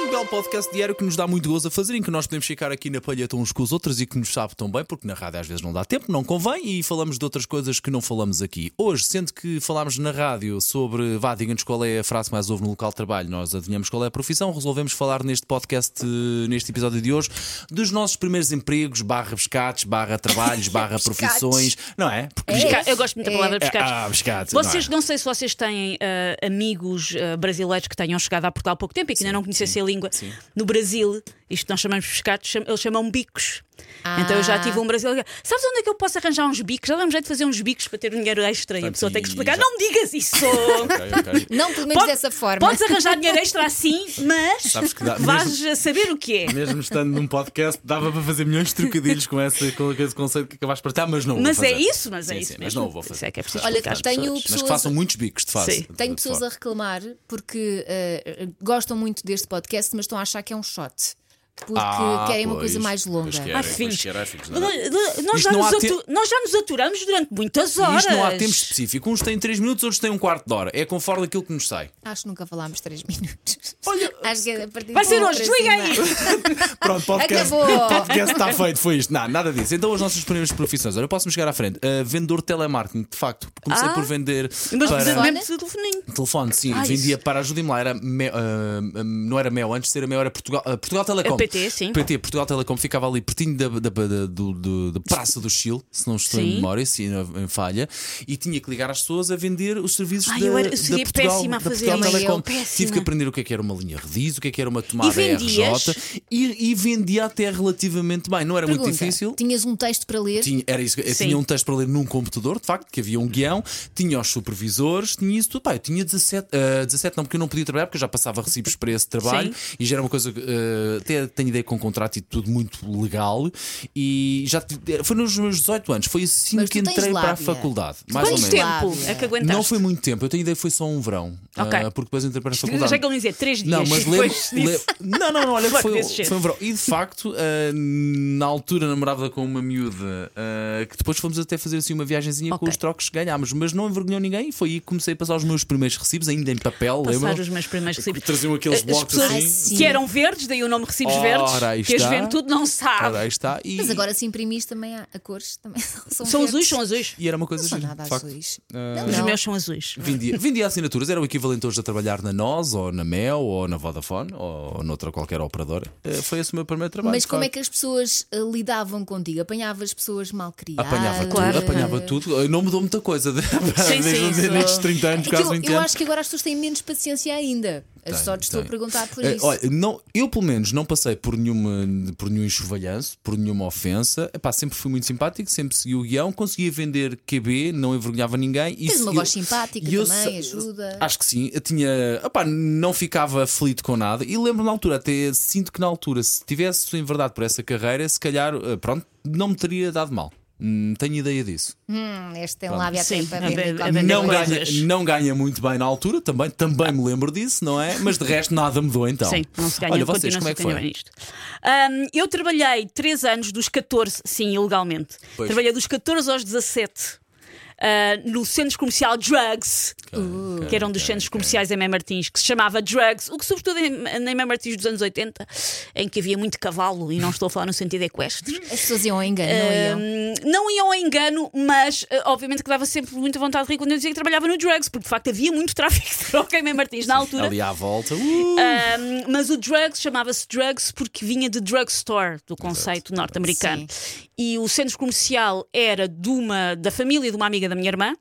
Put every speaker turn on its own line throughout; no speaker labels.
Um belo podcast diário que nos dá muito gozo a fazer, em que nós podemos ficar aqui na palheta uns com os outros e que nos sabe tão bem, porque na rádio às vezes não dá tempo, não convém, e falamos de outras coisas que não falamos aqui. Hoje, sendo que falámos na rádio sobre, vá, diga-nos qual é a frase que mais ouve no local de trabalho, nós adivinhamos qual é a profissão, resolvemos falar neste podcast, eh, neste episódio de hoje, dos nossos primeiros empregos, barra pescados, barra trabalhos, barra profissões, não é? Porque
Pesca- Eu gosto muito da palavra pescados.
Ah, pescados.
Vocês,
não
não sei se vocês têm ah, amigos ah, brasileiros que tenham chegado a Portugal há pouco tempo e que ainda não conhecessem a língua.
sim.
No Brasil, isto que nós chamamos de pescados, cham- eles chamam bicos. Então eu já
Ah.
tive um brasileiro. que, Sabes onde é que eu posso arranjar uns bicos? Já dá um jeito de fazer uns bicos para ter um dinheiro extra. E a
Portanto,
pessoa tem que
e
explicar:
já-
não me digas isso!
é? Ok, ok.
Não, pelo menos
Pode-
dessa forma.
Podes arranjar dinheiro extra assim, mas
Sabes que dá-
vais a saber o que é.
Mesmo estando num podcast, dava para fazer milhões de trocadilhos com esse, com esse conceito que acabaste de partilhar, mas não o
Mas
vou fazer.
é isso, mas é
Sim,
isso
sim, mas
mesmo.
não o vou fazer.
Isso é que é preciso
Olha,
explicar às
tenho
pessoas.
Mas
pessoas
que façam muitos bicos, de face.
Sim.
Tenho pessoas a reclamar porque eh, gostam muito deste podcast, mas estão a achar que é um shot. Porque
Ah,
querem uma
pois,
coisa mais longa.
pois é.
Ai,
querem. Era,
filhos,
era, filhos, não é? era?
nós
Isto
já,
não
nos
há te-
atu- nós já nos aturamos durante muitas horas.
Isto não há tempo específico. Uns têm 3 minutos, outros têm um quarto de hora. É conforme aquilo que nos sai.
Acho que nunca falámos 3 minutos. Olha, Acho que é a partir
Vai
de
ser hoje,
outra
desliga aí!
semana.
Ah,
Pronto, podcast,
Acabou.
podcast está feito, foi isto. Não, nada disso. Então, as nossas primeiras profissões. Olha, posso-me chegar à frente. Uh, vendedor de telemarketing, de facto. Comecei
Ah.
por vender
Mas
para.
precisamente
Telefone?
do telefoninho.
Telefone, sim,
Ah,
vendia
isso.
para ajuda me lá, era Mel- ah, ah, não era Mel, antes de ser a Mel era Portugal, ah, Portugal Telecom.
A PT, sim.
PT, Portugal Telecom ficava ali pertinho da, da, da- do, do- da Praça do Chile, se não estou
Sim.
em memória, se não em falha, e tinha que ligar às pessoas a vender os serviços
Ai,
da,
eu era- eu
da
seria
Portugal,
péssima a
da
fazer
Portugal
isso. Também eu,
Telecom. Tive
péssima.
que aprender o que é que era uma linha rediz, o que é que era uma tomada
vendias?
RJ e, e vendia até relativamente bem, não era
Pergunta,
muito difícil.
Tinhas um texto para ler?
Tinha, era isso, eu
Sim.
tinha um texto para ler num computador, de facto, que havia um guião, tinha os supervisores, tinha isso tudo. Pá, eu tinha 17, ah, 17 não, porque eu não podia trabalhar, porque eu já passava recibos para esse trabalho e já era uma coisa que ah, até tenho ideia com contrato e tudo muito legal. E já tive- foi nos meus 18 anos, foi assim
Mas
que
tu tens
entrei para a
lábia.
faculdade. Mais ou
Quanto
menos.
tempo
Lábia.
é que aguentaste?
Não foi muito tempo, eu tenho ideia que foi só um verão.
Ok.
ah, porque depois entrei para a faculdade.
Já é que ele dizia três dias.
Não, mas lembro.
depois
le-
disso.
Não, não, não, olha,
Claro que
foi,
desse jeito.
foi um verão. E de facto, ah, na altura namorava com uma miúda ah, que depois fomos até fazer assim uma viagenzinha com
Ok.
os trocos que ganhámos, mas não envergonhou ninguém e foi aí que comecei a passar os meus primeiros recibos, ainda em papel, lembram?
Passar os meus primeiros recibos. Eh,
Traziam aqueles
As
blocos
pessoas
assim.
assim. Ah,
Sim.
que eram verdes, daí o nome Recibos
Ora, aí
Verdes, que a
está.
juventude não
Ora,
sabe.
Ah, aí está. E,
Mas agora se imprimis também há a cores, também são
São
verdes.
azuis, são azuis.
e era uma coisa
Não são
gira,
nada
de facto.
azuis.
Ah.
Os
Não.
meus são azuis.
Vendia, vendia assinaturas, era o equivalente hoje a trabalhar na NOS, ou na Mel, ou na Vodafone, ou noutra qualquer operadora. Ah, Foi esse o meu primeiro trabalho.
Mas
de
como é
facto.
que as pessoas eh, lidavam contigo? Apanhavas pessoas mal criadas?
Apanhava
Claro.
tudo, apanhava tudo. Eu Não mudou muita coisa de-
Sim, sim,
desde
sim.
nestes 30 anos,
É que
quase
eu,
20
eu
anos.
acho que agora as pessoas têm menos paciência ainda. Eu
Tenho,
só te estou a
tenho.
perguntar por
Eh,
isso.
olha, não, eu pelo menos não passei por, nenhuma, por nenhum enxovalhanço, por nenhuma ofensa. Epá, sempre fui muito simpático, sempre segui o guião, conseguia vender QB, não envergonhava ninguém. E
Tens uma
se-
voz simpática
e eu
também,
sa-
ajuda.
Acho que sim. Eu tinha. Epá, não ficava aflito com nada. E lembro na altura, até sinto que na altura, se tivesse em verdade por essa carreira, se calhar, eh, pronto, não me teria dado mal. Hum, tenho ideia disso.
Hum, este tem lábia até
Sim,
para
é
vender
bem-
qualquer
é bem-
não
Vender
ganha,
coisas.
não ganha muito bem na altura, também, também me lembro disso, não é? Mas de resto nada mudou então.
Sim, não se ganha um
Olha, vocês,
continua-se
como é
a
que
ganhar
foi?
bem isto. Hum, eu trabalhei 3 anos dos 14, sim, ilegalmente.
Pois.
Trabalhei dos 14 aos 17 ah, no centro comercial Drugs, que era um dos centros comerciais em Mem Martins, que se chamava Drugs, o que sobretudo em, em Mem Martins dos anos 80, em que havia muito cavalo, e não estou a falar no sentido equestre.
As pessoas iam ao engano, não iam.
Hum, não iam ao engano, mas eh, obviamente que dava sempre muita vontade de rir quando eu dizia que trabalhava no Drugs, porque de facto havia muito tráfico de droga em Mem Martins na altura.
Ali à volta. uh,
Um, mas o drugs chamava-se drugs porque vinha de drugstore, do conceito norte-americano. E o centro comercial era de uma, da família de uma amiga da minha irmã,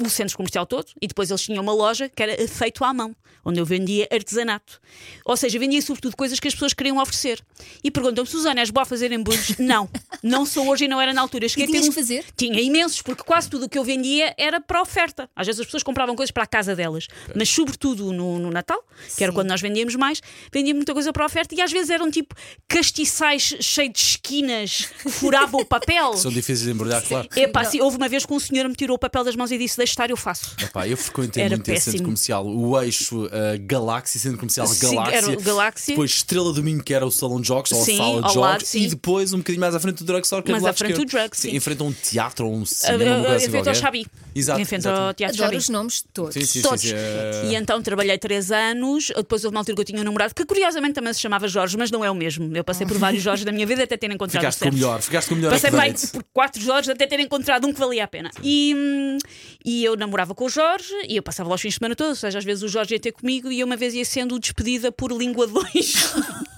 o centro comercial todo, e depois eles tinham uma loja que era feito à mão, onde eu vendia artesanato. Ou seja, vendia sobretudo coisas que as pessoas queriam oferecer. E perguntam-me, Susana, és boa a fazer embrulhos? não, não sou hoje e não era na altura. Eu cheguei
E
a ter
tinhas
um-
que fazer?
tinha imensos, porque quase tudo o que eu vendia era para oferta. Às vezes as pessoas compravam coisas para a casa delas, mas sobretudo no, no Natal, que era
Sim.
quando nós vendíamos mais, vendia muita coisa para oferta e às vezes eram tipo castiçais cheios de esquinas que furava o papel. Ah,
São difíceis de embrulhar, claro.
Epá, assim, houve uma vez que um senhor me tirou o papel das mãos e disse: deixo estar, eu faço.
Epá, eu frequentei
Era
muito esse centro
péssimo.
comercial, o eixo ah, Galáxia, centro comercial
Sim,
Galáxia.
era o Galáxia.
Depois Estrela do Minho, que era o salão de jogos, ou a
Sim,
sala de
ao
jogos.
lado,
e
sim.
depois um bocadinho mais à frente do drugstore, que é
Mais
do
à
lado
frente do
esquerdo.
drug, sim.
Enfrente a um teatro ou um
Ah,
cinema, uma coisa
ah,
assim
Em frente ao
qualquer.
Xabi.
Exato,
Em frente
exato.
ao Teatro
Adoro
Xabi.
os nomes todos.
Sim, sim,
todos.
sim, sim. é-
E então trabalhei três anos. Depois houve uma altura que eu tinha um namorado que curiosamente também se chamava Jorge, mas não é o mesmo. Eu passei por vários Jorge da minha vida até ter encontrado
Ficaste
o
com o
certo.
melhor, ficaste com o melhor
Passei bem
acabamento.
por quatro Jorge até ter encontrado um que valia a pena. E, hum, e eu namorava com o Jorge e eu passava lá os fins de semana todos. Ou seja, às vezes o Jorge ia ter comigo e eu uma vez ia sendo despedida por língua 2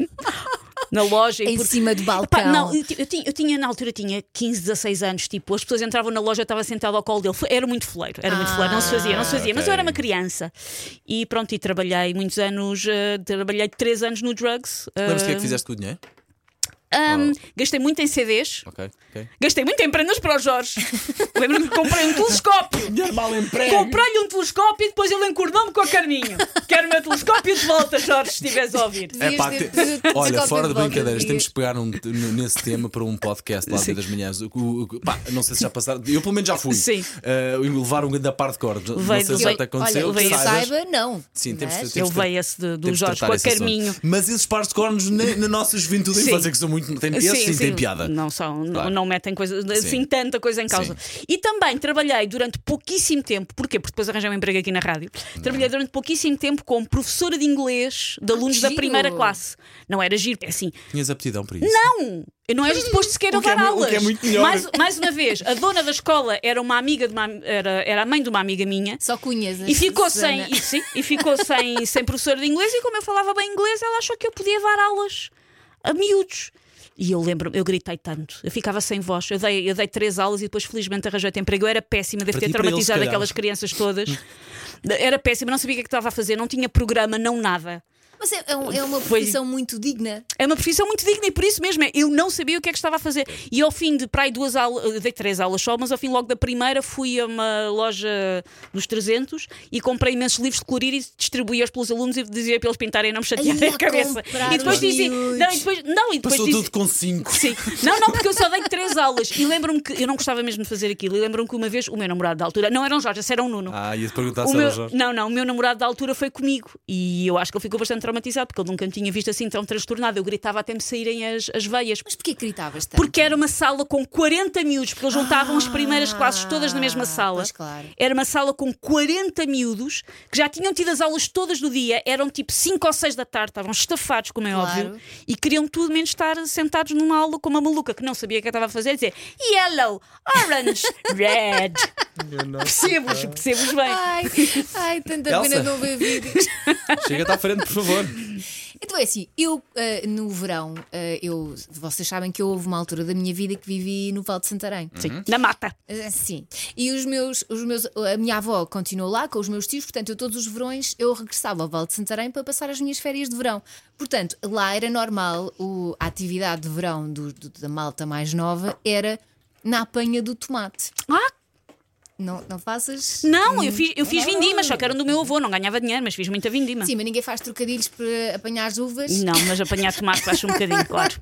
na loja. e
Em
por-
cima do balcão.
Epá, não, eu, ti- eu tinha, eu tinha, na altura tinha 15, 16 anos, tipo, as pessoas entravam na loja, eu estava sentado ao colo dele. Foi- Era muito foleiro, era muito foleiro, não se fazia, não se fazia, mas eu
Ah, ok.
era uma criança. E pronto, e trabalhei muitos anos, eh, trabalhei 3 anos no drugs. eh,
Lembras-te o que é que fizeste Oh. com o dinheiro?
ahm, Gastei muito em CDs,
Ok, ok.
gastei muito em prendas para o Jorge. Lembro-me que comprei um telescópio.
Dinheiro mal emprego!
Comprei-lhe um telescópio e depois ele encordou-me com o Carminho. Quero o meu telescópio de volta, Jorge, se estiveres a ouvir.
Devias ter- ter- ter-
É Olha,
ter-
fora
ter-
de
ter-
brincadeiras,
ter-
temos que pegar um- n- nesse tema para um podcast lá das manhãs. O- o- o- pá, não sei se já passaram, eu pelo menos já fui.
Sim.
Eh, levar um grande parte de corda. Não
Veio
sei
do-
se já te aconteceu.
Olha,
que
que
saibas.
saiba, não.
Sim, temos de
Mas-
ter-
Eu veio esse de- do
Temos de
Jorge com
tratar
o
esse assunto.
Carminho.
Mas esses pares de cornos na, na nossa juventude
Sim.
e fazer que são muito. Tem, esses sim, têm piada.
Não são, não-
Claro.
não metem coisa,
Sim.
assim tanta coisa em causa. E também trabalhei durante pouquíssimo tempo, porquê? Porque depois arranjei um emprego aqui na rádio.
Hum.
Trabalhei durante pouquíssimo tempo como professora de inglês de alunos
que
da
giro.
primeira classe. Não era giro, é assim,
Tinhas aptidão para isso.
Não, eu não eras depois de sequer
O que é
levar
mu- o
aulas.
que é muito melhor.
Mais, mais uma vez, a dona da escola era uma amiga de uma, am- era, era a mãe de uma amiga minha.
Só cunhas.
E ficou,
Susana.
sem, e, sim, e ficou sem, sem professor de inglês, e como eu falava bem inglês, ela achou que eu podia dar aulas a miúdos. E eu lembro, eu gritei tanto, eu ficava sem voz. Eu dei, eu dei três aulas e depois, felizmente, arranjei outro emprego. Eu era péssima, devo
Para ti
ter
e para eles,
traumatizado
se calhar.
aquelas crianças todas. Era péssima, não sabia o que é que estava a fazer, não tinha programa, não nada.
Mas é, é um- é uma
Foi-
profissão muito digna.
É uma profissão muito digna e por isso mesmo é, eu não sabia o que é que estava a fazer. E ao fim de para aí duas aulas, eu dei três aulas só, mas ao fim logo da primeira fui a uma loja dos 300 e comprei imensos livros de colorir e distribuí-os pelos alunos e dizia para eles pintarem e não me
Ai,
chatearem
a
a cabeça.
comprar
E depois
os
dizia.
miúdos.
Não, e depois, não, e depois
Passou
dizia-
tudo com cinco.
Sim. Não, não, porque eu só dei três aulas. E lembro-me que eu não gostava mesmo de fazer aquilo. E lembro-me que uma vez o meu namorado da altura, não era um Jorge, esse era um Nuno.
Ah, ia-te perguntar
O
se
meu-
era Jorge.
não, não, o meu namorado da altura foi comigo e eu acho que ele ficou bastante traumatizado porque ele nunca me tinha visto assim tão transtornado. Eu gritava até me saírem as, as veias.
Mas porquê gritavas tanto?
Porque era uma sala com 40 miúdos, porque eles juntavam as primeiras classes todas na mesma sala.
Ah, pois claro.
Era uma sala com 40 miúdos que já tinham tido as aulas todas do dia, eram tipo 5 ou 6 da tarde, estavam estafados, como é
Claro.
óbvio, e queriam tudo menos estar sentados numa aula com uma maluca que não sabia o que eu estava a fazer, dizer yellow, orange, red. Percebo-vos, percebo-vos bem.
Ai, ai, tanta
Elsa.
pena não ver vídeos.
Chega-te à frente, por favor.
Então é assim, eu ah, no verão, ah, eu, vocês sabem que eu houve uma altura da minha vida que vivi no Val de Santarém.
Sim,
Uhum.
na mata.
Ah, Sim. E os meus, os meus, a minha avó continuou lá com os meus tios, portanto, eu todos os verões eu regressava ao Val de Santarém para passar as minhas férias de verão. Portanto, lá era normal o, a atividade de verão do- do- da malta mais nova era na apanha do tomate.
Ah,
Não, não faças.
não,
Hum.
eu fiz, eu fiz vindima, só que era do meu avô, não ganhava dinheiro, mas fiz muita vindima.
Sim, mas ninguém faz trocadilhos para apanhar as uvas.
Não, mas apanhar tomate baixa um bocadinho, claro.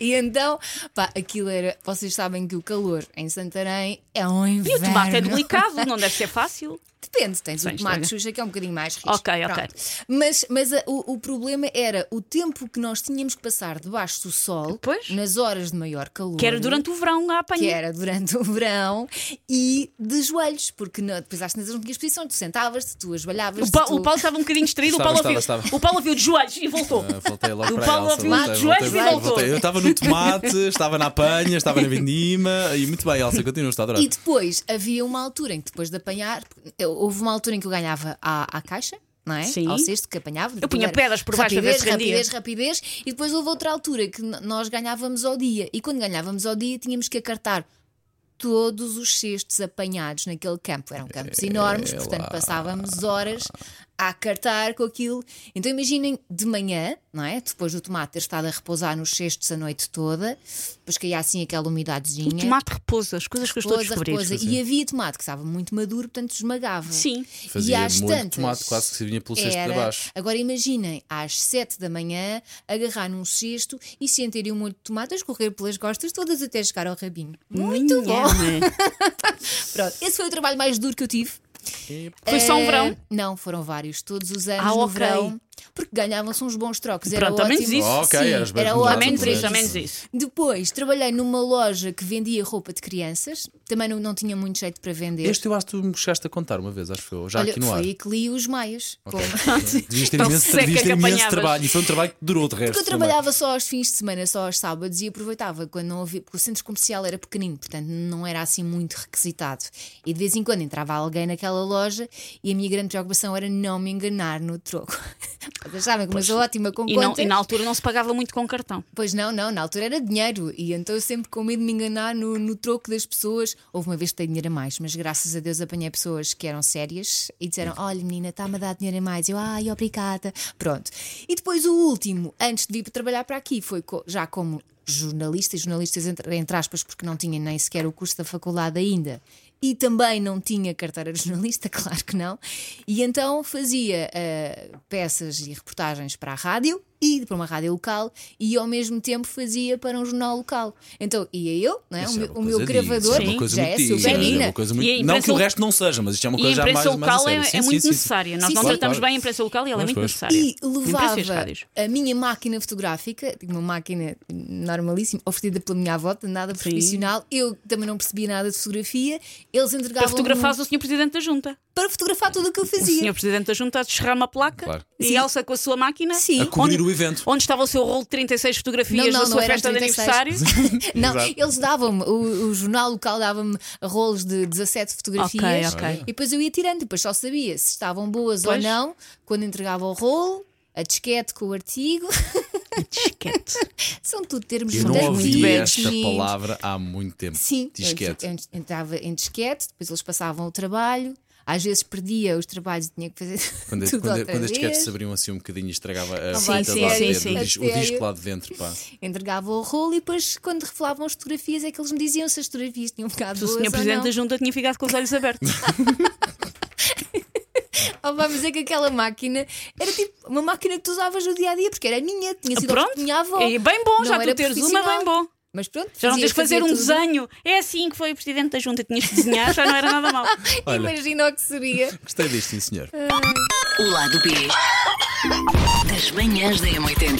E então, pá, aquilo era. Vocês sabem que o calor em Santarém é um
E
inverno.
o tomate é delicado, não deve ser fácil.
Depende, tens
Sem
o tomate
história.
xuxa que é um bocadinho mais risco.
Ok, ok.
Pronto. Mas, mas a- o, o problema era o tempo que nós tínhamos que passar debaixo do sol,
Pois.
nas horas de maior calor.
Que era durante o verão a
que
apanhar.
era durante o verão e de joelhos, porque não, depois às tantas não tinhas posição, tu sentavas-te, tu ajoelhavas.
O, Pa-
tu...
o Paulo estava um bocadinho distraído,
Estava,
o Paulo
estava,
ouviu. O Paulo ouviu de joelhos e voltou.
Ah, Voltei logo
O
para
Paulo
a Elsa.
ouviu
voltei,
os joelhos
voltei,
e
voltei,
voltou.
voltei. Eu estava no tomate, estava na apanha, estava na vindima e muito bem, Elsa, continua, está a adorar.
E depois havia uma altura em que depois de apanhar, eu- houve uma altura em que eu ganhava à, à caixa. Não é?
Sim.
Ao cesto que apanhava.
Eu punha pedras por baixo para ver
rapidez,
se rendia.
rapidez, rapidez. E depois houve outra altura que n- nós ganhávamos ao dia. E quando ganhávamos ao dia, tínhamos que acartar todos os cestos apanhados naquele campo. Eram campos
É,
enormes, portanto passávamos horas a acartar com aquilo. Então imaginem de manhã, não é? Depois do tomate ter estado a repousar nos cestos a noite toda, depois caía assim aquela umidadezinha.
é?
O tomate repousa, as coisas que eu estou a
Repousa,
descobrir.
repousa. E havia tomate que estava muito maduro, portanto
é
esmagava.
Sim.
e
Fazia
às
muito
tantas,
tomate, quase que se vinha pelo cesto
era-
de baixo.
Agora imaginem, às 7 da manhã, agarrar num cesto e sentirem um molho de tomate a escorrer pelas costas todas até chegar ao rabinho. Muito bom!
Minha mãe.
Pronto, esse foi o trabalho mais duro que eu tive.
Foi só um
É,
Eh,
verão?
Não, foram vários, todos os anos
Ah,
no
ok.
verão, porque ganhavam-se uns bons trocos. Era
Pronto, ao menos
ótimo.
isso.
Ah, ok,
Sim,
eras bem
era
remunerado,
ótimo.
Ao menos
por
isso, ao menos isso.
Depois trabalhei numa loja que vendia roupa de crianças, também não, não tinha muito jeito para vender.
Este eu acho que tu me chegaste a contar uma vez, acho que eu, já
Olha,
aqui no
foi
ar.
aí que li os maias. Como-
Devias ter
Tão
imenso,
seca
devias
que
ter imenso
apanhavas.
trabalho e foi um trabalho que durou de resto.
é Porque eu
também.
trabalhava só aos fins de semana, só aos sábados e aproveitava quando não havia, porque o centro comercial era pequenino, portanto não era assim muito requisitado. E de vez em quando entrava alguém naquela loja e a minha grande preocupação era não me enganar no troco. Vocês sabem como eu sou ótima com
E, não-
contas.
e na altura não se pagava muito com cartão.
Pois não, não, na altura era dinheiro e então eu sempre com medo de me enganar no, no troco das pessoas. Houve uma vez que dei dinheiro a mais, mas graças a Deus apanhei pessoas que eram sérias e disseram: Olha, menina, está-me a dar dinheiro a mais. Eu, ai, obrigada. Pronto. E depois o último, antes de vir para trabalhar para aqui, foi co- já como jornalista, e jornalistas entre, entre aspas, porque não tinha nem sequer o curso da faculdade ainda. E também não tinha carteira de jornalista, claro que não. E então fazia eh, peças e reportagens para a rádio e para uma rádio local e ao mesmo tempo fazia para um jornal local. Então ia eu, não é?
Isso
o
era
meu,
uma
o meu
coisa
gravador
disso, é uma coisa
já é
muito disso,
submarina.
é uma coisa
E
muito-
a
Não
imprensa
que o
lo-
resto não seja, mas isto é uma
E a
coisa já mais,
imprensa
mais a
local é,
sério. Sim,
é
sim, sim,
muito
sim.
necessária. Nós
Sim,
não
sim.
tratamos
Claro,
bem a imprensa local e ela é
Pois,
muito
pois.
necessária.
E
Imprensa e as
levava
rádios.
a minha máquina fotográfica, tipo uma máquina normalíssima, oferecida pela minha avó, nada profissional. Eu também não percebia nada de fotografia. Eles
Para
entregavam
fotografar o Sr. Presidente da Junta.
para fotografar tudo o que eu
O
fazia.
Sr. Presidente da Junta a descerrar uma placa
Claro.
e
Sim.
Elsa com a sua máquina.
Sim.
A cobrir
Onde-
o evento.
Onde estava o seu rolo de 36 fotografias
Não, não,
da
não
sua
eram
festa de
36.
aniversário?
Não,
Exato.
eles davam-me, o, o jornal local dava-me rolos de 17 fotografias
Ok, ok.
e depois eu ia tirando, depois só sabia se estavam boas ou
Pois.
não, quando entregava o rolo, a disquete com o artigo,
Disquete.
são tudo termos
Eu não ouvi
antigos,
esta
meninos.
palavra há muito tempo.
Sim, eu
Disquete.
ent- eu entrava em disquete, depois eles passavam o trabalho, às vezes perdia os trabalhos e tinha que fazer.
Quando, é-
tudo
quando,
outra
quando as disquetes
vez.
se abriam assim um bocadinho e estragava a
Sim,
fita
sim,
do lado de dentro,
sim, sim.
o dis-
A
o disco
sério?
lá de dentro, pá.
Entregava o rolo e depois, quando revelavam as fotografias, é que eles me diziam se as fotografias tinham ficado
O
boas.
Sr.
ou
Presidente
não.
da Junta tinha ficado com os olhos abertos.
Ou vamos dizer que aquela máquina era tipo uma máquina que tu usavas no dia a dia, porque era minha, tinha sido
Pronto.
da minha avó.
É bem bom,
Não
já
era
tu teres uma,
profissional.
bem bom.
Mas pronto,
Já não
fazia-
tens que fazer
fazia
um
tudo.
desenho. É assim que foi o Presidente da Junta, tinhas que desenhar, já não era nada mal.
É
Olha.
Imagina o que seria.
Gostei disto, sim, senhor.
O lado B das manhãs da M80.